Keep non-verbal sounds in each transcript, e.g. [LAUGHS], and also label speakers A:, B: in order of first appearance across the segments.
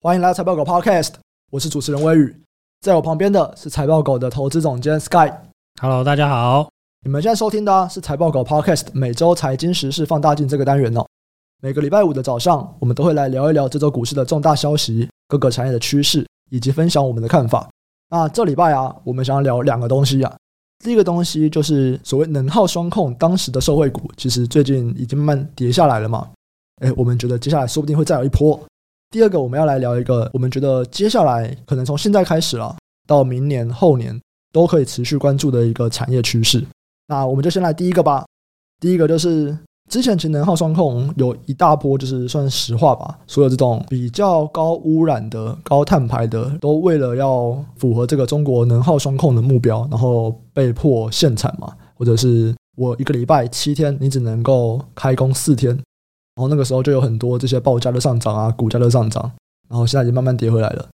A: 欢迎来到财报狗 Podcast，我是主持人微宇，在我旁边的是财报狗的投资总监 Sky。
B: Hello，大家好。
A: 你们现在收听的、啊、是财报狗 Podcast 每周财经时事放大镜这个单元哦。每个礼拜五的早上，我们都会来聊一聊这周股市的重大消息、各个产业的趋势，以及分享我们的看法。那这礼拜啊，我们想要聊两个东西啊。第一个东西就是所谓能耗双控，当时的受惠股其实最近已经慢慢跌下来了嘛。哎，我们觉得接下来说不定会再有一波。第二个，我们要来聊一个，我们觉得接下来可能从现在开始啊，到明年、后年都可以持续关注的一个产业趋势。那我们就先来第一个吧。第一个就是之前其实能耗双控有一大波，就是算石化吧，所有这种比较高污染的、高碳排的，都为了要符合这个中国能耗双控的目标，然后被迫限产嘛，或者是我一个礼拜七天，你只能够开工四天。然后那个时候就有很多这些报价的上涨啊，股价的上涨，然后现在已经慢慢跌回来了。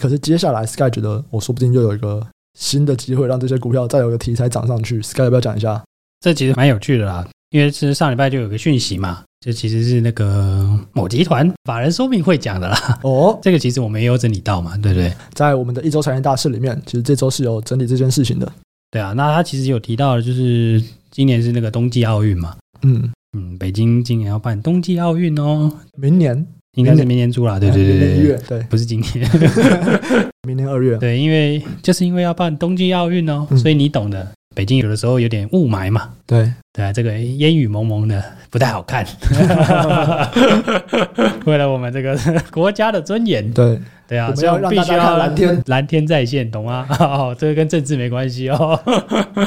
A: 可是接下来，Sky 觉得我说不定又有一个新的机会，让这些股票再有一个题材涨上去。Sky 要不要讲一下？
B: 这其实蛮有趣的啦，因为其实上礼拜就有个讯息嘛，这其实是那个某集团法人说明会讲的啦。 [LAUGHS]
A: 哦，
B: 这个其实我们也有整理到嘛，对不对？
A: 在我们的一周产业大事里面，其实这周是有整理这件事情的。
B: 对啊，那他其实有提到，就是今年是那个冬季奥运嘛，
A: 嗯，
B: 嗯，北京今年要办冬季奥运哦，
A: 明年，
B: 应该是明年初啦，对对
A: 明年
B: 对
A: 一
B: 对
A: 月，，对，
B: 不是今年， [LAUGHS]
A: 明年二月，
B: 对，因为就是因为要办冬季奥运哦，
A: 嗯
B: 所以你懂的，北京有的时候有点雾霾嘛，
A: 对，
B: 对啊，这个烟雨蒙蒙的不太好看。 [LAUGHS] 为了我们这个 [LAUGHS] 国家的尊严，
A: 对，
B: 对啊，
A: 我们
B: 所以
A: 要
B: 我们
A: 让
B: 必
A: 大
B: 须
A: 家看
B: 要
A: 蓝天。
B: 蓝天在线，懂吗？ [LAUGHS] 哦，这个跟政治没关系哦。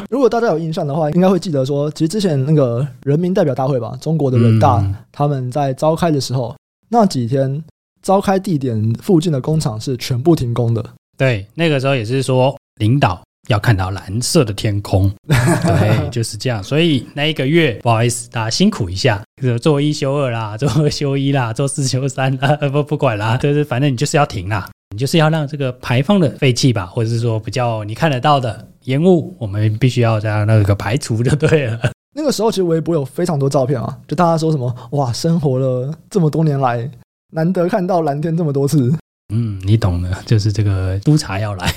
A: 如果大家有印象的话，应该会记得说，其实之前那个人民代表大会吧，中国的人大，
B: 嗯
A: 他们在召开的时候，那几天召开地点附近的工厂是全部停工的。
B: 对，那个时候也是说领导。要看到蓝色的天空，对，就是这样。所以那一个月，不好意思，大家辛苦一下，做一休二啦， [LAUGHS] 做二休一啦，做四休三啦，呃不不管啦，就是反正你就是要停啦，你就是要让这个排放的废气吧，或者是说比较你看得到的烟雾，我们必须要将那个排除就对了。
A: [LAUGHS] 那个时候其实微博有非常多照片啊，就大家说什么哇，生活了这么多年来，难得看到蓝天这么多次。
B: 嗯，你懂的，就是这个督察要来，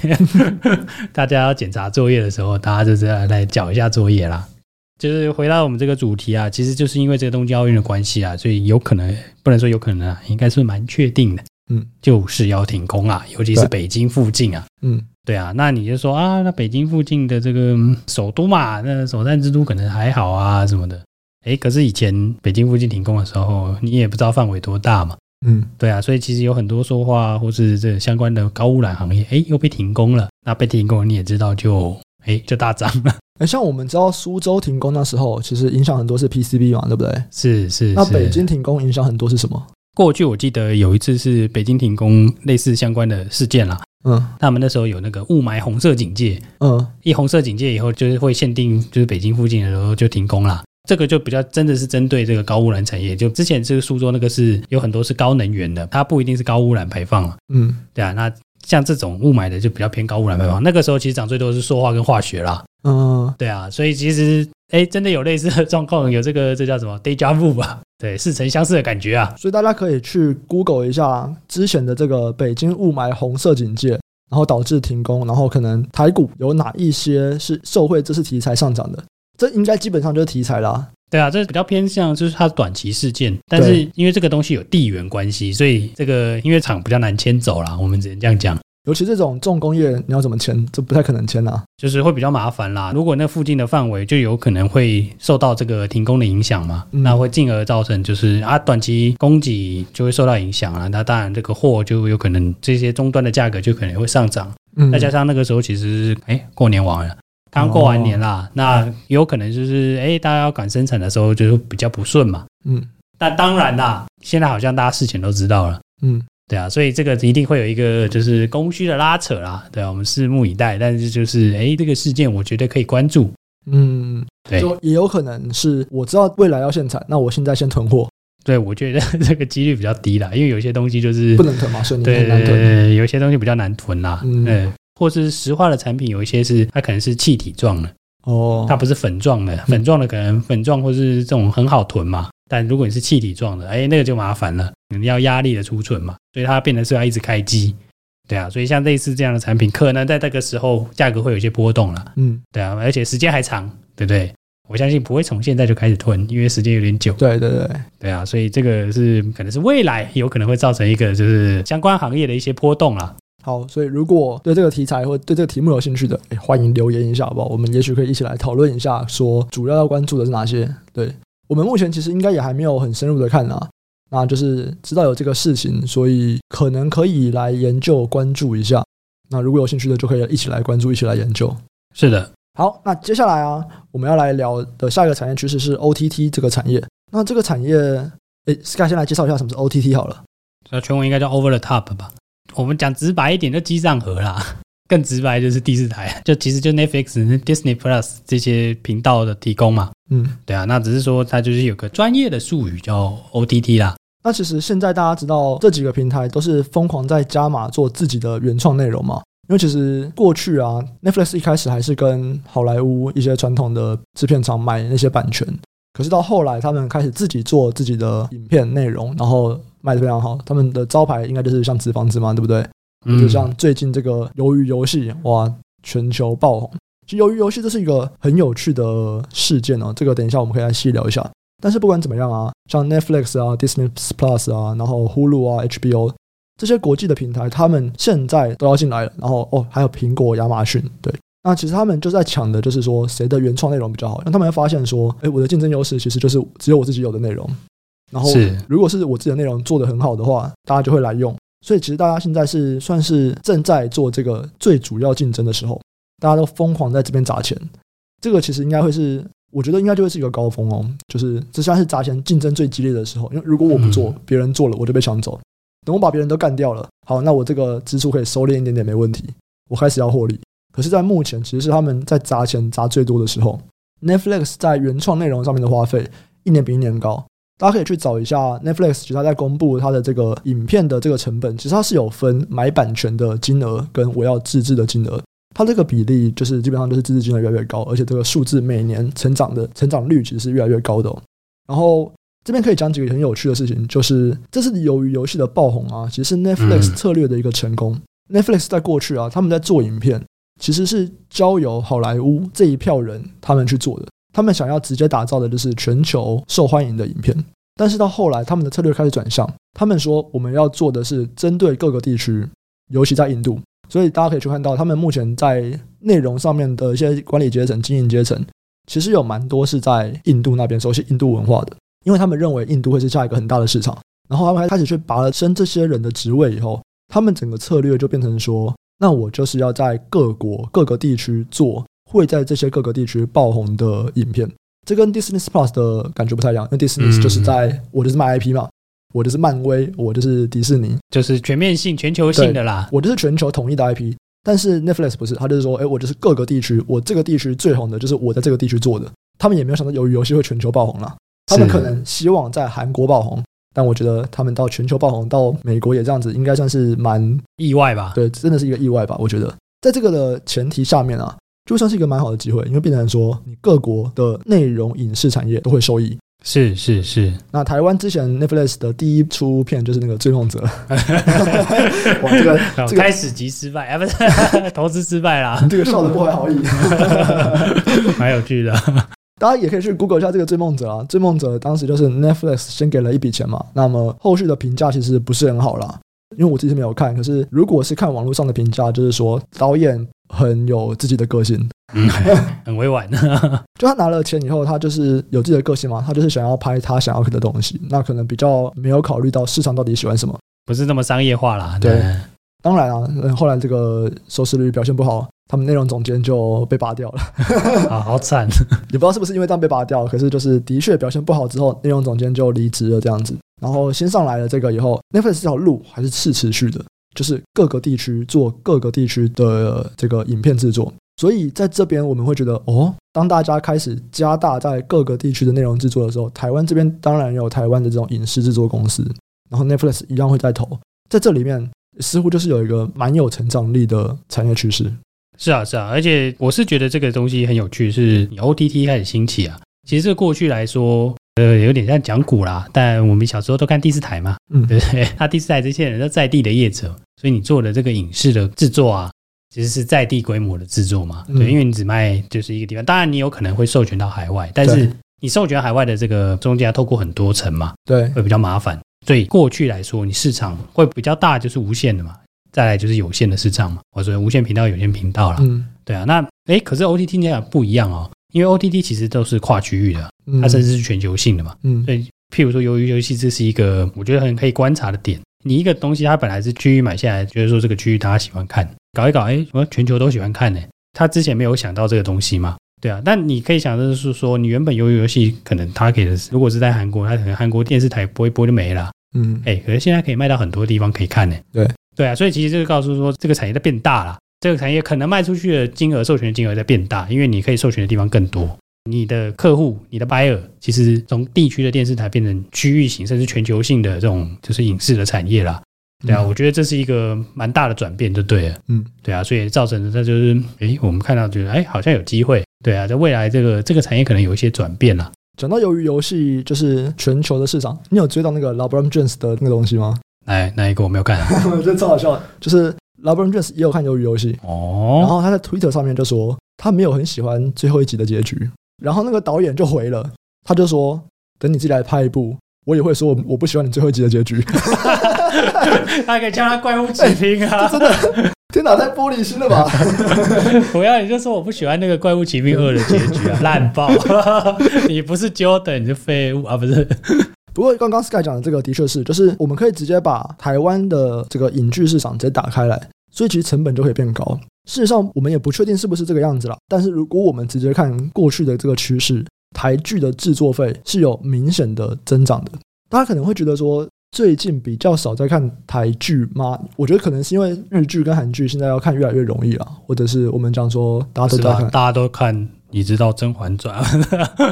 B: [LAUGHS] 大家要检查作业的时候，大家就是要来缴一下作业啦。就是回到我们这个主题啊，其实就是因为这个东京奥运的关系啊，所以有可能不能说有可能啊，应该是蛮确定的，
A: 嗯，
B: 就是要停工啊，尤其是
A: 对
B: 北京附近啊。
A: 嗯，
B: 对啊，那你就说啊，那北京附近的这个嗯首都嘛，那首善之都可能还好啊什么的。诶，可是以前北京附近停工的时候，你也不知道范围多大嘛。
A: 嗯，
B: 对啊，所以其实有很多说话或是这相关的高污染行业，哎，又被停工了。那被停工，你也知道就，哎，就大涨 [LAUGHS] 了。
A: 哎，像我们知道苏州停工那时候，其实影响很多是 PCB 嘛，对不对？
B: 是是
A: 那
B: 是。
A: 北京停工影响很多是什么？
B: 过去我记得有一次是北京停工类似相关的事件啦，
A: 嗯
B: 他们那时候有那个雾霾红色警戒，
A: 嗯，
B: 一红色警戒以后就是会限定，就是北京附近的时候就停工啦。这个就比较真的是针对这个高污染产业，就之前这个苏州那个是有很多是高能源的，它不一定是高污染排放啊。
A: 嗯
B: 对啊，那像这种雾霾的就比较偏高污染排放。那个时候其实涨最多的是塑化跟化学啦。
A: 嗯，
B: 对啊，所以其实哎，真的有类似的状况，有这个这叫什么 deja vu 吧？对，似曾相识的感觉啊。
A: 所以大家可以去 Google 一下之前的这个北京雾霾红色警戒，然后导致停工，然后可能台股有哪一些是受惠这次题材上涨的？这应该基本上就是题材啦。
B: 对啊，这比较偏向就是它短期事件，但是因为这个东西有地缘关系，所以这个音乐厂比较难迁走啦。我们只能这样讲，
A: 尤其这种重工业，你要怎么签？这不太可能签啊。
B: 就是会比较麻烦啦。如果那附近的范围就有可能会受到这个停工的影响嘛，
A: 嗯
B: 那会进而造成就是啊短期供给就会受到影响啊。那当然这个货就有可能这些终端的价格就可能会上涨。
A: 嗯
B: 再加上那个时候其实是哎过年完了，刚过完年
A: 哦
B: 啦，那有可能就是哎大家要赶生产的时候就是比较不顺嘛。
A: 嗯
B: 那当然啦，现在好像大家事前都知道了，
A: 嗯，
B: 对啊，所以这个一定会有一个就是供需的拉扯啦，对啊，我们拭目以待。但是就是哎这个事件我觉得可以关注，
A: 嗯，
B: 对
A: 就也有可能是我知道未来要限产，那我现在先囤货，
B: 对，我觉得 [LAUGHS] 这个几率比较低啦，因为有些东西就是
A: 不能囤嘛，所以你
B: 对
A: 很难
B: 对
A: 囤。
B: 对，有些东西比较难囤啦，
A: 嗯
B: 嗯。或是石化的产品，有一些是它可能是气体状的，
A: 哦
B: 它，不是粉状的，粉状的可能粉状或是这种很好囤嘛，但如果你是气体状的，哎，那个就麻烦了，你要压力的储存嘛，所以它变成是要一直开机。对啊，所以像类似这样的产品，可能在那个时候价格会有一些波动了。
A: 嗯，
B: 对啊，而且时间还长，对不对？我相信不会从现在就开始吞，因为时间有点久。
A: 对对对，
B: 对啊，所以这个是可能是未来有可能会造成一个就是相关行业的一些波动啦。
A: 好，所以如果对这个题材或对这个题目有兴趣的，哎欢迎留言一下，好不好？我们也许可以一起来讨论一下，说主要要关注的是哪些。对我们目前其实应该也还没有很深入的看啊，那就是知道有这个事情，所以可能可以来研究关注一下。那如果有兴趣的，就可以一起来关注，一起来研究。
B: 是的，
A: 好，那接下来啊，我们要来聊的下一个产业趋势是 OTT 这个产业。那这个产业，诶 s k y 先来介绍一下什么是 OTT 好了。
B: 那全文应该叫 over the top 吧？我们讲直白一点，就机上盒啦。 [LAUGHS] 更直白就是第四台， [LAUGHS] 就其实就 Netflix、Disney Plus 这些频道的提供嘛。
A: 嗯，
B: 对啊，那只是说它就是有个专业的术语叫 OTT 啦。
A: 那其实现在大家知道这几个平台都是疯狂在加码做自己的原创内容嘛。因为其实过去啊，Netflix 一开始还是跟好莱坞一些传统的制片厂买那些版权，可是到后来他们开始自己做自己的影片内容，然后卖的非常好。他们的招牌应该就是像《纸房子》嘛，对不对？
B: 嗯
A: 就像最近这个《鱿鱼游戏》，哇，全球爆红。其实《鱿鱼游戏》这是一个很有趣的事件哦，这个等一下我们可以来细聊一下。但是不管怎么样啊，像 Netflix 啊、Disney Plus 啊，然后 Hulu 啊、HBO 这些国际的平台，他们现在都要进来了。然后哦，还有苹果、亚马逊，对。那其实他们就在抢的就是说谁的原创内容比较好，让他们发现说，哎，我的竞争优势其实就是只有我自己有的内容。然后
B: 是
A: 如果是我自己的内容做得很好的话，大家就会来用。所以其实大家现在是算是正在做这个最主要竞争的时候，大家都疯狂在这边砸钱。这个其实应该会是，我觉得应该就会是一个高峰哦，就是这算是砸钱竞争最激烈的时候。因为如果我不做
B: 嗯，
A: 别人做了我就被抢走。等我把别人都干掉了，好，那我这个支出可以收敛一点点，没问题。我开始要获利。可是，在目前其实是他们在砸钱砸最多的时候。Netflix 在原创内容上面的花费一年比一年高，大家可以去找一下 Netflix，其实它在公布它的这个影片的这个成本，其实它是有分买版权的金额跟我要自制的金额。它这个比例就是基本上就是自制金额越来越高，而且这个数字每年成长的成长率其实是越来越高的、哦。然后这边可以讲几个很有趣的事情，就是这是由于游戏的爆红啊，其实是 Netflix
B: 嗯
A: 策略的一个成功。Netflix 在过去啊，他们在做影片，其实是交由好莱坞这一票人他们去做的。他们想要直接打造的就是全球受欢迎的影片，但是到后来他们的策略开始转向，他们说我们要做的是针对各个地区，尤其在印度。所以大家可以去看到，他们目前在内容上面的一些管理阶层、经营阶层，其实有蛮多是在印度那边熟悉印度文化的，因为他们认为印度会是下一个很大的市场。然后他们还开始去拔了升这些人的职位以后，他们整个策略就变成说，那我就是要在各国各个地区做会在这些各个地区爆红的影片。这跟 Disney Plus 的感觉不太一样，因为 Disney
B: 嗯
A: 就是在、我就是卖 IP 嘛，我就是漫威，我就是迪士尼，
B: 就是全面性、全球性的啦。
A: 我就是全球统一的 IP。但是 Netflix 不是，他就是说，哎、我就是各个地区，我这个地区最红的就是我在这个地区做的。他们也没有想到，由于游戏会全球爆红啦，他们
B: 是
A: 可能希望在韩国爆红，但我觉得他们到全球爆红，到美国也这样子，应该算是蛮
B: 意外吧？
A: 对，真的是一个意外吧？我觉得，在这个的前提下面啊，就算是一个蛮好的机会，因为变成说，你各国的内容影视产业都会受益。
B: 是是是，
A: 那台湾之前 Netflix 的第一出片就是那个《追梦者》，哇，这个
B: 哦
A: 这个
B: 开始即失败，啊，
A: [LAUGHS]
B: 不是投资失败啦，
A: 这个笑的不怀好意。
B: 蛮有趣的。
A: 大家也可以去 Google 一下这个《追梦者》啊，《追梦者》当时就是 Netflix 先给了一笔钱嘛，那么后续的评价其实不是很好啦，因为我自己是没有看，可是如果是看网络上的评价，就是说导演很有自己的个性，
B: 嗯， [LAUGHS] 很委婉。 [LAUGHS]
A: 就他拿了钱以后，他就是有自己的个性嘛，他就是想要拍他想要的东西，那可能比较没有考虑到市场到底喜欢什么。
B: 不是那么商业化啦。
A: 对，当然啊，嗯后来这个收视率表现不好，他们内容总监就被拔掉了，
B: 啊，好惨。
A: 也不知道是不是因为这样被拔掉，可是就是的确表现不好之后，内容总监就离职了这样子。然后先上来了这个以后，Netflix 这条路还是是持续的，就是各个地区做各个地区的这个影片制作。所以在这边我们会觉得，哦，当大家开始加大在各个地区的内容制作的时候，台湾这边当然有台湾的这种影视制作公司，然后 Netflix 一样会在投，在这里面似乎就是有一个蛮有成长力的产业趋势。
B: 是啊，是啊，而且我是觉得这个东西很有趣，是你 OTT 开始兴起啊。其实这过去来说，呃，有点像讲古啦，但我们小时候都看第四台嘛， [LAUGHS]
A: 嗯
B: 对不对？那第四台这些人都在地的业者，所以你做的这个影视的制作啊，其实是在地规模的制作嘛，
A: 嗯
B: 对，因为你只卖就是一个地方，当然你有可能会授权到海外，但
A: 对
B: 是你授权海外的这个中间要透过很多层嘛，
A: 对，
B: 会比较麻烦。所以过去来说，你市场会比较大，就是无线的嘛，再来就是有线的市场嘛，我说无线频道、有线频道啦，
A: 嗯
B: 对啊。那诶，可是 OTT 讲不一样哦，因为 OTT 其实都是跨区域的，
A: 嗯，
B: 它甚至是全球性的嘛。
A: 嗯
B: 对，譬如说，由于游戏这是一个我觉得很可以观察的点。你一个东西，它本来是区域买下来，觉得说这个区域大家喜欢看，搞一搞，哎，什么全球都喜欢看呢、他之前没有想到这个东西嘛？对啊，但你可以想的是说，你原本由于游戏可能它给的是，如果是在韩国，它可能韩国电视台播一播就没了，
A: 嗯
B: 哎，可是现在可以卖到很多地方可以看呢、
A: 对
B: 对啊，所以其实这个告诉说，这个产业在变大了，这个产业可能卖出去的金额、授权的金额在变大，因为你可以授权的地方更多。你的客户、你的 buyer，其实从地区的电视台变成区域型，甚至全球性的这种就是影视的产业啦。对啊，
A: 嗯
B: 我觉得这是一个蛮大的转变，就对了。
A: 嗯，
B: 对啊，所以造成的那就是，诶，我们看到觉得，诶，好像有机会。对啊，在未来这个这个产业可能有一些转变啦。
A: 讲到鱿鱼游戏，就是全球的市场，你有追到那个 LeBron James 的那个东西吗？
B: 来，那一个我没有看
A: [LAUGHS] 我觉得超好笑的，就是 LeBron James 也有看鱿鱼游戏，然
B: 哦，
A: 后他在 Twitter 上面就说他没有很喜欢最后一集的结局，然后那个导演就回了，他就说等你自己来拍一部，我也会说我我不喜欢你最后一集的结局。
B: 他可以叫他怪物指拼
A: [LAUGHS]
B: 啊，
A: [LAUGHS] 真的，天哪，太玻璃心了吧？ [LAUGHS]
B: 我要你就说我不喜欢那个《怪物骑兵二》的结局啊，烂爆！你不是 Jordan 你是废物啊，不是？
A: 不过刚刚 Sky 讲的这个的确是，就是我们可以直接把台湾的这个影剧市场直接打开来，所以其实成本就可以变高。事实上，我们也不确定是不是这个样子啦。但是如果我们直接看过去的这个趋势，台剧的制作费是有明显的增长的。大家可能会觉得说，最近比较少在看台剧吗？我觉得可能是因为日剧跟韩剧现在要看越来越容易了，或者是我们讲说大家
B: 是
A: 都在
B: 吧？
A: 看
B: 大家都看，你知道《甄嬛传》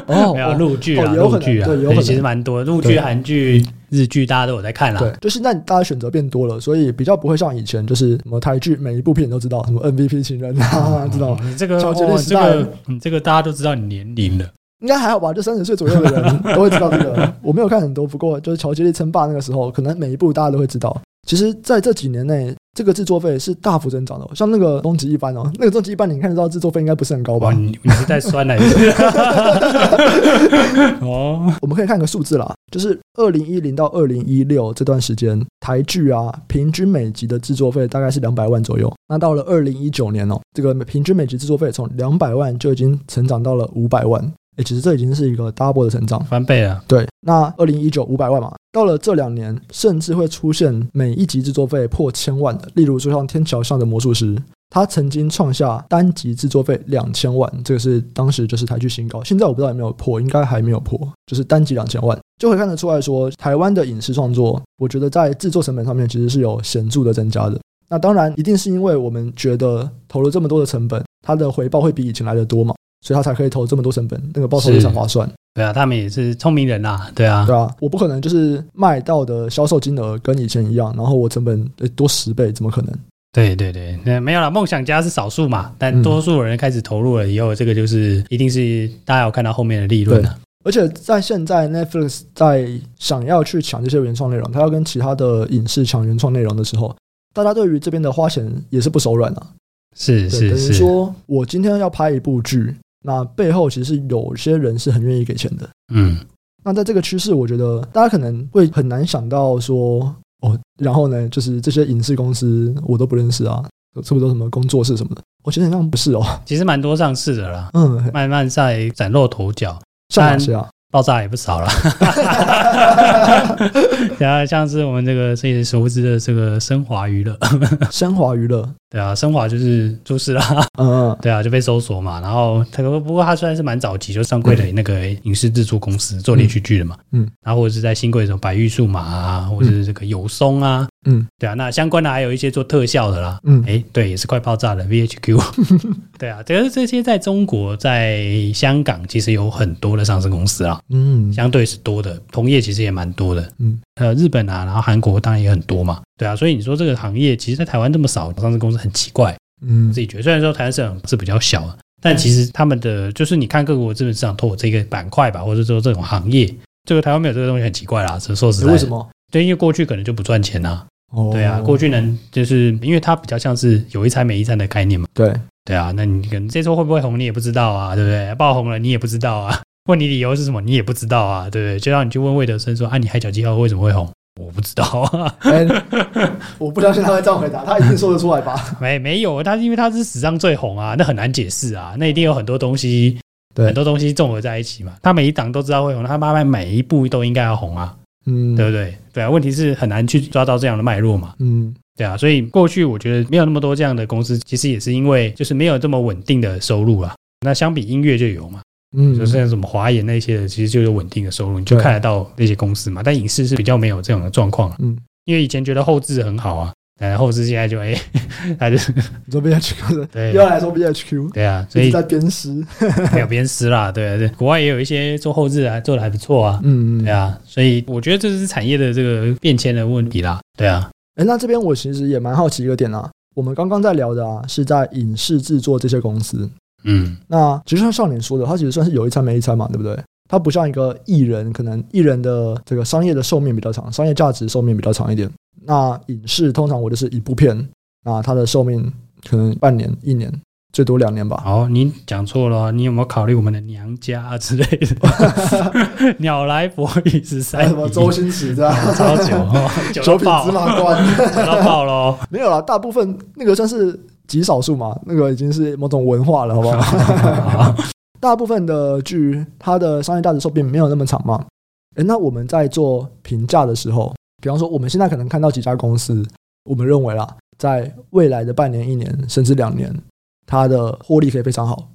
A: 哦
B: 没有啊陆剧
A: 哦
B: 啊，
A: 有可能
B: 陆剧啊，
A: 对有可能
B: 其实蛮多，陆
A: 对
B: 剧、韩剧、日剧大家都有在看啦。
A: 对，就现在大家选择变多了，所以比较不会像以前，就是什么台剧每一部片你都知道，什么 MVP 情人 [LAUGHS] 啊，知道吗？
B: 你这个，
A: 小杰的
B: 哦
A: 时
B: 这
A: 代
B: 个，你这个大家都知道你年龄了。
A: 应该还好吧？就三十岁左右的人都会知道这个。我没有看很多，不过就是乔杰利称霸那个时候，可能每一部大家都会知道。其实，在这几年内，这个制作费是大幅增长的。像那个终极一班哦，那个终极一班，你看得到制作费应该不是很高
B: 哇，
A: 吧？
B: 哦你你是在
A: [LAUGHS]
B: 酸奶？是不是哦，
A: 我们可以看个数字啦，就是二零一零到二零一六这段时间，台剧啊，平均每集的制作费大概是两百万左右。那到了二零一九年哦，这个平均每集制作费从两百万就已经成长到了五百万，诶，其实这已经是一个 double 的成长。
B: 翻倍了。
A: 对，那二零一九五百万嘛，到了这两年，甚至会出现每一集制作费破千万的，例如说像《天桥上的魔术师》，他曾经创下单集制作费两千万，这个是当时就是台剧新高，现在我不知道有没有破，应该还没有破，就是单集两千万，就会看得出来说，台湾的影视创作，我觉得在制作成本上面其实是有显著的增加的。那当然，一定是因为我们觉得投了这么多的成本，它的回报会比以前来的多嘛，所以它才可以投这么多成本，那个报酬非常
B: 是
A: 划算。
B: 对啊，他们也是聪明人啦。对啊，
A: 对啊，我不可能就是卖到的销售金额跟以前一样，然后我成本呃多十倍，怎么可能？
B: 对对对，那没有了。梦想家是少数嘛，但
A: 嗯
B: 多数人开始投入了以后，这个就是一定是大家有看到后面的利润了。啊
A: 而且在现在 Netflix 在想要去抢这些原创内容，它要跟其他的影视抢原创内容的时候，大家对于这边的花钱也是不手软啊。
B: 是
A: 对，等
B: 是
A: 于
B: 是，
A: 说我今天要拍一部剧，那背后其实有些人是很愿意给钱的。
B: 嗯，
A: 那在这个趋势，我觉得大家可能会很难想到说，哦，然后呢，就是这些影视公司我都不认识啊，是不是都什么工作室什么的？我其实好像不是哦，
B: 其实蛮多上市的啦，
A: 嗯，
B: 慢慢在崭露头角，
A: 像哪些啊？
B: 爆炸也不少了。
A: [LAUGHS]
B: 然后像是我们这个这些熟知的这个升华娱乐，
A: 升华娱乐，
B: 对啊，升华就是出事啦，
A: 嗯，
B: 对啊，就被搜索嘛。然后他不过他虽然是蛮早期就上柜的那个影视制作公司做连续剧的嘛，
A: 嗯嗯嗯
B: 然后或者是在新贵什么白玉数码啊，或者是这个有松啊，
A: 嗯，
B: 对啊，那相关的还有一些做特效的啦，
A: 嗯
B: 哎，对，也是快爆炸
A: [LAUGHS]
B: 的 VHQ，对啊，这个这些在中国在香港其实有很多的上市公司啦，
A: 嗯
B: 相对是多的，同业其实也蛮多的，
A: 嗯，
B: 呃，日本啊，然后韩国当然也很多嘛，对啊，所以你说这个行业其实，在台湾这么少上市公司很奇怪，
A: 嗯
B: 自，己觉得虽然说台湾市场是比较小的，但其实他们的就是你看各国资本市场，透过这个板块吧，或者说这种行业，这个台湾没有这个东西很奇怪啦。说说实在，
A: 为什？么？
B: 对，因为过去可能就不赚钱啊。
A: 哦
B: 对啊，过去能就是因为它比较像是有一餐没一餐的概念嘛。
A: 对，
B: 对啊，那你可能这周会不会红你也不知道啊，对不对？爆红了你也不知道啊， [LAUGHS] 问你理由是什么你也不知道啊，对不对？就让你去问魏德森说啊，你海角七号为什么会红？我不知道啊， [LAUGHS]
A: 哎，我不相信他会这样回答，他一定说得出来吧？
B: 没没有，他因为他是史上最红啊，那很难解释啊，那一定有很多东西，
A: 对
B: 很多东西综合在一起嘛。他每一档都知道会红，他慢慢每一步都应该要红啊，
A: 嗯，
B: 对不对？对啊，问题是很难去抓到这样的脉络嘛。
A: 嗯，
B: 对啊，所以过去我觉得没有那么多这样的公司，其实也是因为就是没有这么稳定的收入啊。那相比音乐就有嘛，
A: 嗯
B: 就是像什么华研那些的，其实就有稳定的收入，你就
A: 对
B: 看得到那些公司嘛。但影视是比较没有这种的状况了、
A: 嗯
B: 因为以前觉得后置很好啊，但后置现在就哎， [LAUGHS] 他就
A: 你说 BHQ 的，
B: 对
A: 又要来说 BHQ，
B: 对啊，所
A: 一直
B: 以
A: 在鞭尸，
B: 没有鞭尸啦，对啊，对，国外也有一些做后置啊，做的还不错啊，
A: 嗯嗯
B: 对啊，所以我觉得这是产业的这个变迁的问题啦，对啊，
A: 哎，那这边我其实也蛮好奇一个点啊，我们刚刚在聊的啊，是在影视制作这些公司。
B: 嗯，
A: 那其实像少年说的，它其实算是有一餐没一餐嘛，对不对？它不像一个艺人，可能艺人的这个商业的寿命比较长，商业价值寿命比较长一点。那影视通常我就是一部片，那它的寿命可能半年、一年，最多两年吧。
B: 哦，你讲错了哦，你有没有考虑我们的娘家啊之类
A: [LAUGHS]
B: 的？鸟来佛一十
A: 还有
B: 三
A: 哎
B: 姨，
A: 啊什么周星驰
B: [LAUGHS]
A: 这样，
B: 超久哦，
A: [LAUGHS]
B: 久
A: 九
B: 到
A: 品
B: 爆
A: 芝
B: 哦，
A: 麻官 [LAUGHS]
B: 久到爆喽！
A: 没有啦，大部分那个算是极少数嘛，那个已经是某种文化了，好不好？ [LAUGHS]
B: 好
A: 大部分的剧，它的商业价值寿命没有那么长嘛。诶，那我们在做评价的时候，比方说我们现在可能看到几家公司，我们认为啦，在未来的半年、一年甚至两年，它的获利可以非常好，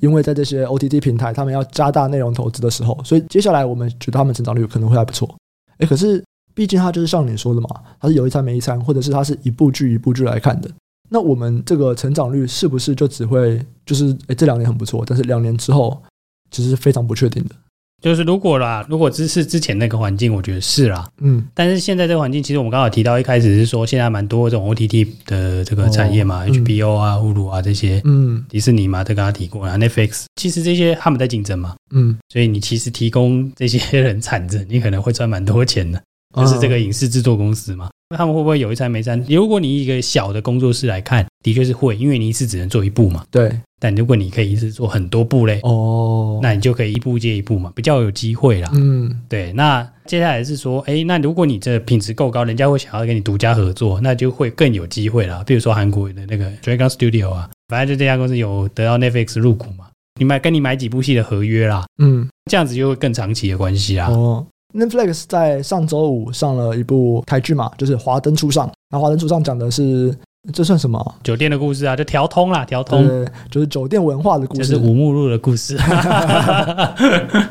A: 因为在这些 OTT 平台，他们要加大内容投资的时候，所以接下来我们觉得他们成长率可能会还不错。诶，可是毕竟它就是像你说的嘛，它是有一餐没一餐，或者是它是一部剧一部剧来看的。那我们这个成长率是不是就只会就是诶这两年很不错，但是两年之后其实是非常不确定的。
B: [LAUGHS] 就是如果啦，如果只是之前那个环境，我觉得是啦。
A: 嗯
B: 但是现在这个环境，其实我们刚好提到一开始是说，现在蛮多这种 OTT 的这个产业嘛、
A: 哦嗯
B: h b o 啊、呼噜啊这些，
A: 嗯
B: 迪士尼嘛，这刚刚提过啊，Netflix，其实这些他们在竞争嘛，
A: 嗯，
B: 所以你其实提供这些 [LAUGHS] 人产值，你可能会赚蛮多钱的。就是
A: 哦啊
B: 这个影视制作公司嘛。那他们会不会有一餐没餐？如果你以一个小的工作室来看，的确是会，因为你一次只能做一部嘛。
A: 对
B: 但如果你可以一次做很多部嘞，
A: 哦，
B: 那你就可以一步接一步嘛，比较有机会啦。
A: 嗯
B: 对，那接下来是说，哎，那如果你这品质够高，人家会想要跟你独家合作，那就会更有机会啦。比如说韩国的那个 Dragon Studio 啊，反正就这家公司有得到 Netflix 入股嘛，你买跟你买几部戏的合约啦，
A: 嗯
B: 这样子就会更长期的关系啊啦。
A: 哦。Netflix 在上周五上了一部台剧嘛，就是《华灯初上》。那《华灯初上》讲的是这算什么啊？
B: 酒店的故事啊，就调通啦，调通。
A: 对，就是酒店文化的故
B: 就
A: 事，
B: 是五目录的
A: [LAUGHS]
B: 故事。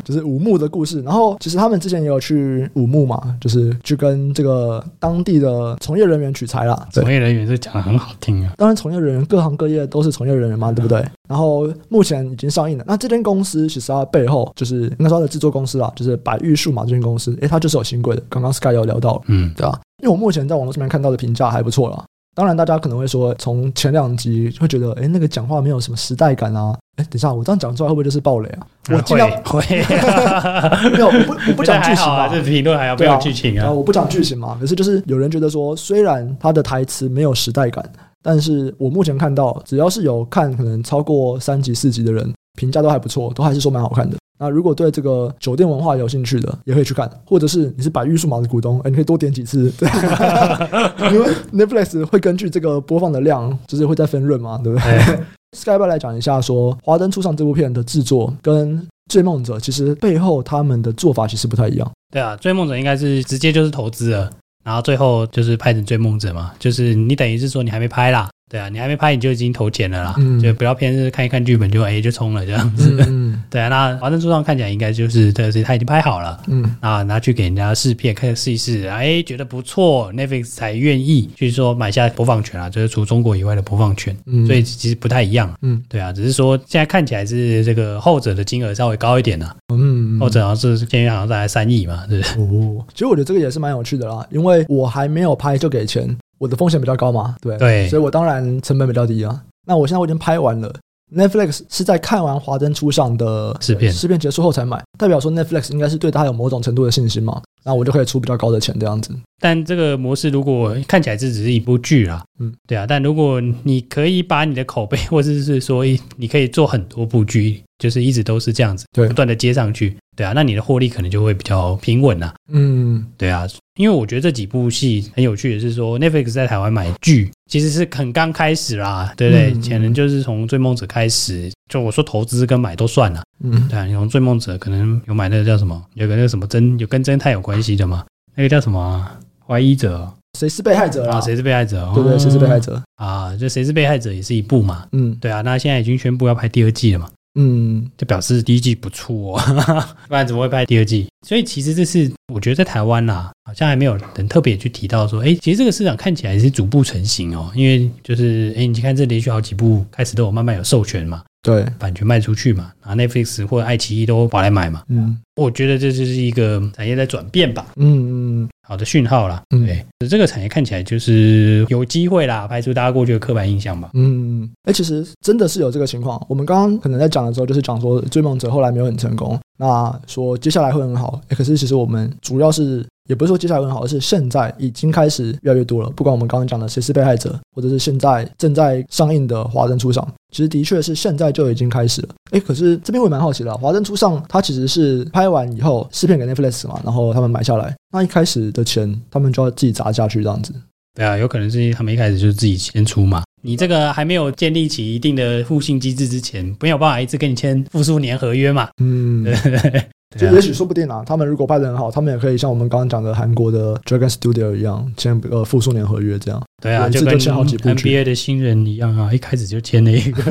A: 就是五木的故事。然后其实他们之前也有去五木嘛，就是去跟这个当地的从业人员取材啦。对
B: 从业人员是讲的很好听啊，
A: 当然，从业人员各行各业都是从业人员嘛，
B: 嗯
A: 对不对？然后目前已经上映了。那这间公司其实它背后就是应该说它的制作公司啦，就是百玉数码这间公司，诶，它就是有新贵的。刚刚 Sky 有聊到，
B: 嗯，
A: 对啊，因为我目前在网络上面看到的评价还不错啦。当然，大家可能会说，从前两集会觉得，诶，那个讲话没有什么时代感啊。诶，等一下，我这样讲出来会不会就是暴雷啊？我尽量
B: 会会，
A: 没有，我不 [LAUGHS] 我不讲剧
B: [LAUGHS] 还
A: 情
B: 好
A: 嘛
B: 啊，，这评论还好，不
A: 对啊
B: 要剧情
A: 啊，
B: 啊。
A: 我不讲剧情嘛，可是就是有人觉得说，虽然他的台词没有时代感，但是我目前看到，只要是有看可能超过三集四集的人，评价都还不错，都还是说蛮好看的。那如果对这个酒店文化有兴趣的，也可以去看，或者是你是百玉数码的股东，哎、你可以多点几次， [LAUGHS] 对，因为 Netflix 会根据这个播放的量，就是会再分润嘛，对不对？
B: 哎
A: Skyby 来讲一下说，《华灯初上》这部片的制作跟《追梦者》其实背后他们的做法其实不太一样，
B: 对啊，追梦者应该是直接就是投资了，然后最后就是拍成追梦者嘛，就是你等于是说你还没拍啦，对啊，你还没拍你就已经投钱了啦，
A: 嗯
B: 就不要偏是看一看剧本就哎就冲了这样子。
A: 嗯
B: 对啊，那华灯初上看起来应该就是，对，是他已经拍好了。
A: 嗯。
B: 啊，拿去给人家试片，看试一试，哎，觉得不错，Netflix 才愿意去说买下播放权啊，就是除中国以外的播放权，
A: 嗯
B: 所以其实不太一样，
A: 嗯
B: 对啊，只是说现在看起来是这个后者的金额稍微高一点啊，
A: 嗯，
B: 后者好像是现在好像大概三亿嘛，对不对？
A: 哦，其实我觉得这个也是蛮有趣的啦，因为我还没有拍就给钱，我的风险比较高嘛，对，
B: 对
A: 所以我当然成本比较低啊。那我现在我已经拍完了， Netflix 是在看完《华灯初上》的
B: 试片
A: 试片结束后才买，代表说 Netflix 应该是对它有某种程度的信心嘛，那我就可以出比较高的钱这样子。
B: [LAUGHS] 但这个模式如果看起来这只是一部剧啊，
A: 嗯
B: 嗯，对啊，但如果你可以把你的口碑，或者是说一你可以做很多部剧，就是一直都是这样子，
A: 对
B: 不断的接上去，对啊，那你的获利可能就会比较平稳啊，
A: 嗯，
B: 对啊，因为我觉得这几部戏很有趣的是说，Netflix 在台湾买剧其实是很刚开始啦，对不对？
A: 嗯
B: 可能就是从《追梦者》开始，就我说投资跟买都算了，
A: 嗯，
B: 对啊，你从《追梦者》可能有买那个叫什么，有个那个什么侦，有跟侦探有关系的嘛，那个叫什么啊怀疑者哦。
A: 谁是被害者
B: 啊，
A: 啦？
B: 谁是被害者？
A: 对对，谁是被害
B: 者
A: 者？
B: 啊？就谁是被害者也是一部嘛。
A: 嗯
B: 对啊，那现在已经宣布要拍第二季了嘛，
A: 嗯，
B: 就表示第一季不错、哦， [LAUGHS] 不然怎么会拍第二季？所以其实这是我觉得在台湾啦、好像还没有人特别去提到说，哎、其实这个市场看起来是逐步成型哦，因为就是哎、诶你看这连续好几部开始都有慢慢有授权嘛，
A: 对，
B: 版权卖出去嘛，然后 Netflix 或者爱奇艺都跑来买嘛，
A: 嗯
B: 我觉得这就是一个产业在转变吧。
A: 嗯嗯
B: 好的讯号啦。
A: 嗯
B: 对，这个产业看起来就是有机会啦，排除大家过去的刻板印象吧。
A: 嗯，哎、其实真的是有这个情况。我们刚刚可能在讲的时候，就是讲说《追梦者》后来没有很成功，那说接下来会很好。哎、可是其实我们主要是。也不是说接下来会很好，而是现在已经开始越来越多了。不管我们刚刚讲的谁是被害者，或者是现在正在上映的《华灯初上》，其实的确是现在就已经开始了。哎，可是这边我也蛮好奇的啊，《华灯初上》它其实是拍完以后试片给 Netflix 嘛，然后他们买下来，那一开始的钱他们就要自己砸下去这样子。
B: 对啊，有可能是他们一开始就是自己先出嘛。你这个还没有建立起一定的互信机制之前，没有办法一次跟你签复数年合约嘛。
A: 嗯，
B: [LAUGHS] 对
A: 就
B: 对
A: 也
B: 啊，
A: 许说不定啊，他们如果拍得很好，他们也可以像我们刚刚讲的韩国的 Dragon Studio 一样，签呃复数年合约这样。
B: 对啊，
A: 一次
B: 就跟
A: 就签好几部剧
B: NBA 的新人一样啊，一开始就签了一个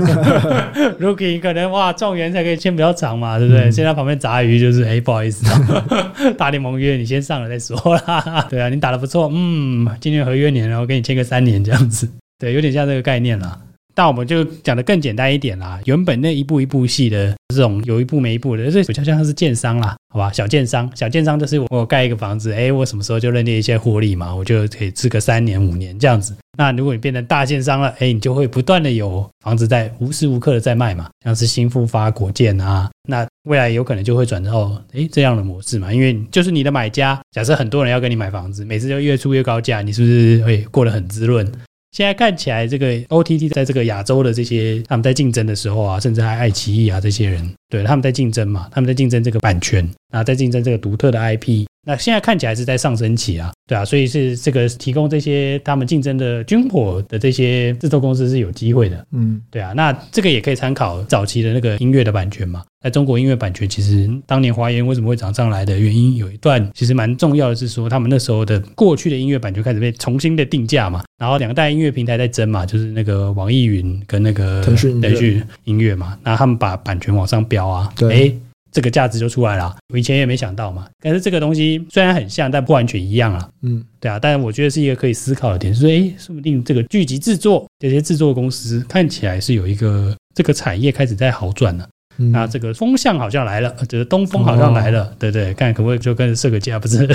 B: rookie，可能哇状元才可以签比较长嘛，对不对？
A: 嗯
B: 现在旁边杂鱼就是，哎，不好意思 [LAUGHS] 啊，大联盟约你先上了再说啦。 [LAUGHS] 对啊，你打的不错，嗯，今年合约年，然后给你签个三年这样子，对，有点像这个概念啦。但我们就讲的更简单一点啦，原本那一步一步戏的这种有一步没一步的，这比较像是建商啦，好吧？小建商，小建商就是我我盖一个房子，哎，我什么时候就认列一些获利嘛，我就可以吃个三年五年这样子。那如果你变成大建商了，哎，你就会不断的有房子在无时无刻的在卖嘛，像是新复发、国建啊，那未来有可能就会转到哎这样的模式嘛，因为就是你的买家，假设很多人要跟你买房子，每次就越出越高价，你是不是会过得很滋润？现在看起来，这个 OTT 在这个亚洲的这些他们在竞争的时候啊，甚至还爱奇艺啊这些人，对他们在竞争嘛，他们在竞争这个版权，啊，在竞争这个独特的 IP。那现在看起来是在上升期啊，对啊，所以是这个提供这些他们竞争的军火的这些制作公司是有机会的，
A: 嗯
B: 对啊，那这个也可以参考早期的那个音乐的版权嘛。在中国音乐版权，其实当年华研为什么会涨上来的原因，有一段其实蛮重要的是说，他们那时候的过去的音乐版权开始被重新的定价嘛，然后两大音乐平台在争嘛，就是那个网易云跟那个
A: 腾讯音乐
B: 腾讯音乐嘛，那他们把版权往上标啊，
A: 对
B: 诶这个价值就出来了，啊我以前也没想到嘛。但是这个东西虽然很像，但不完全一样啊。
A: 嗯
B: 对啊，但我觉得是一个可以思考的点，就是诶，说不定这个剧集制作这些制作公司看起来是有一个这个产业开始在好转了、
A: 嗯，
B: 那这个风向好像来了，呃就是东风好像来了，对对，看可不可以就跟设个价，不是？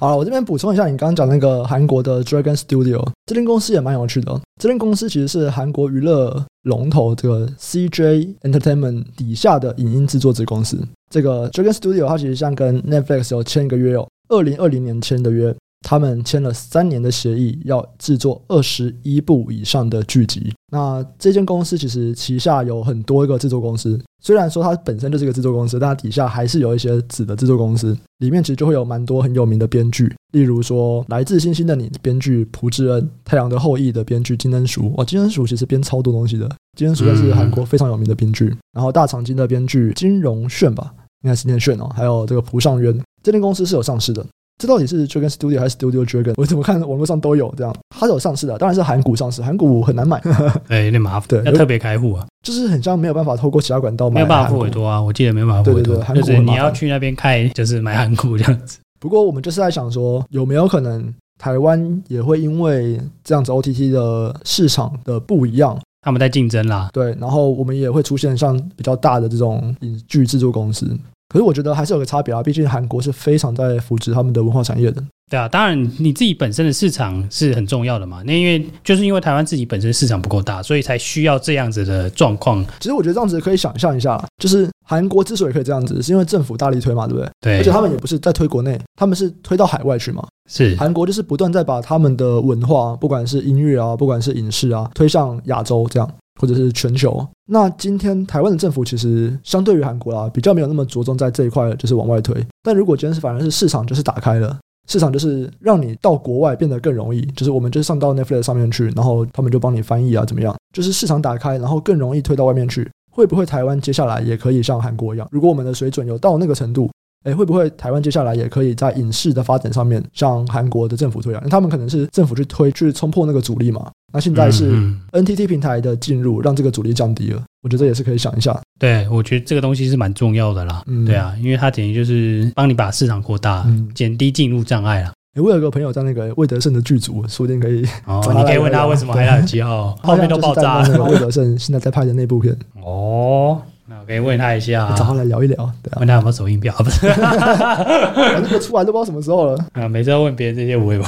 A: 好了，我这边补充一下，你刚刚讲那个韩国的 Dragon Studio 这间公司也蛮有趣的。这间公司其实是韩国娱乐龙头这个 CJ Entertainment 底下的影音制作子公司。这个 Dragon Studio 它其实像跟 Netflix 有签一个约哦，二零二零年签的约，他们签了三年的协议，要制作二十一部以上的剧集。那这间公司其实旗下有很多个制作公司，虽然说它本身就是一个制作公司，但它底下还是有一些子的制作公司，里面其实就会有蛮多很有名的编剧，例如说《来自星星的你》编剧朴智恩，《太阳的后裔》的编剧金恩淑。哇，金恩淑其实编超多东西的，金恩淑算是韩国非常有名的编剧。然后《大长今》的编剧金荣炫吧，应该是念炫哦，还有这个朴尚渊，这间公司是有上市的。这到底是 Dragon Studio 还是 Studio Dragon？我怎么看网络上都有这样，它是有上市的，当然是韩股上市，韩股很难买， [LAUGHS]
B: 对， [LAUGHS] 有点麻烦，
A: 对
B: 要特别开户啊，
A: 就是很像没有办法透过其他管道买
B: 没有办法
A: 韩
B: 付
A: 股
B: 委托啊，我记得没有办法付委
A: 对
B: 托
A: 对对，韩
B: 就
A: 国
B: 是
A: 很麻
B: 你
A: 烦
B: 要去那边开，就是买韩股这样子。
A: 不过我们就是在想说，有没有可能台湾也会因为这样子 OTT 的市场的不一样，
B: 他们在竞争啦，
A: 对，然后我们也会出现像比较大的这种影剧制作公司，可是我觉得还是有个差别啊，毕竟韩国是非常在扶植他们的文化产业的。
B: 对啊，当然你自己本身的市场是很重要的嘛。那因为就是因为台湾自己本身市场不够大，所以才需要这样子的状况。
A: 其实我觉得这样子可以想象一下，就是韩国之所以可以这样子，是因为政府大力推嘛，对不对？
B: 对，
A: 而且他们也不是在推国内，他们是推到海外去嘛。
B: 是
A: 韩国就是不断在把他们的文化，不管是音乐啊，不管是影视啊，推向亚洲这样，或者是全球。那今天台湾的政府其实相对于韩国啦，比较没有那么着重在这一块，就是往外推。但如果今天是反而是市场就是打开了。市场就是让你到国外变得更容易，就是我们就上到 Netflix 上面去，然后他们就帮你翻译啊，怎么样？就是市场打开，然后更容易推到外面去。会不会台湾接下来也可以像韩国一样？如果我们的水准有到那个程度，哎，会不会台湾接下来也可以在影视的发展上面向韩国的政府推啊让？因为他们可能是政府去推去冲破那个阻力嘛。那现在是
B: 嗯嗯
A: NTT 平台的进入，让这个阻力降低了。我觉得这也是可以想一下。
B: 对，我觉得这个东西是蛮重要的啦。
A: 嗯
B: 对啊，因为它等于就是帮你把市场扩大，
A: 嗯
B: 减低进入障碍啦。
A: 诶我有个朋友在那个魏德胜的剧组，说不定可以。
B: 哦
A: 找，他
B: 你可以
A: 来
B: 问
A: 聊
B: 他
A: 聊
B: 为什么海岛七号 [LAUGHS] 后面都爆炸
A: 好像就是在那
B: 了。
A: 个魏德胜现在在拍的那部片，
B: 哦，那我可以问他一下
A: 找，他来聊一聊。对啊，
B: 问他有没有手印表？啊不是 [LAUGHS]
A: 反正这个出来都不知道什么时候了。
B: 啊，每次要问别人这些无谓吧。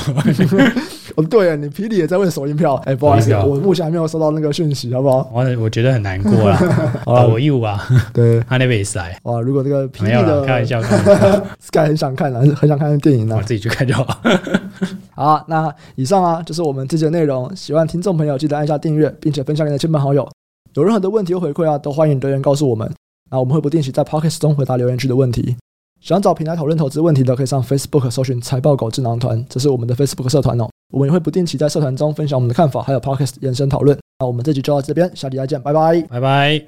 A: 哦，对了，你霹雳也在问首映票，哎、不好意思，
B: 首映票
A: 我目前还没有收到那个讯息，好不好？
B: 我我觉得很难过
A: [LAUGHS]
B: 啦，
A: 啦
B: 啊，我义务啊，
A: 对，
B: 他那边也塞。
A: 哇，如果这个霹雳
B: 没有啦，开玩
A: 的
B: 笑，开玩笑
A: [LAUGHS] Sky 很想看啊，很想看的电影
B: 我
A: 啊。
B: 自己去看就好。
A: 好啊，那以上啊就是我们这集的内容，喜欢听众朋友记得按下订阅，并且分享给你的亲朋好友。有任何的问题或回馈啊，都欢迎留言告诉我们。那我们会不定期在 Podcast 中回答留言区的问题。想找平台讨论投资问题的，可以上 Facebook 搜寻“财报狗智囊团”，这是我们的 Facebook 社团哦。我们也会不定期在社团中分享我们的看法，还有 Podcast 延伸讨论。那我们这集就到这边，下集再见，拜拜。
B: 拜拜。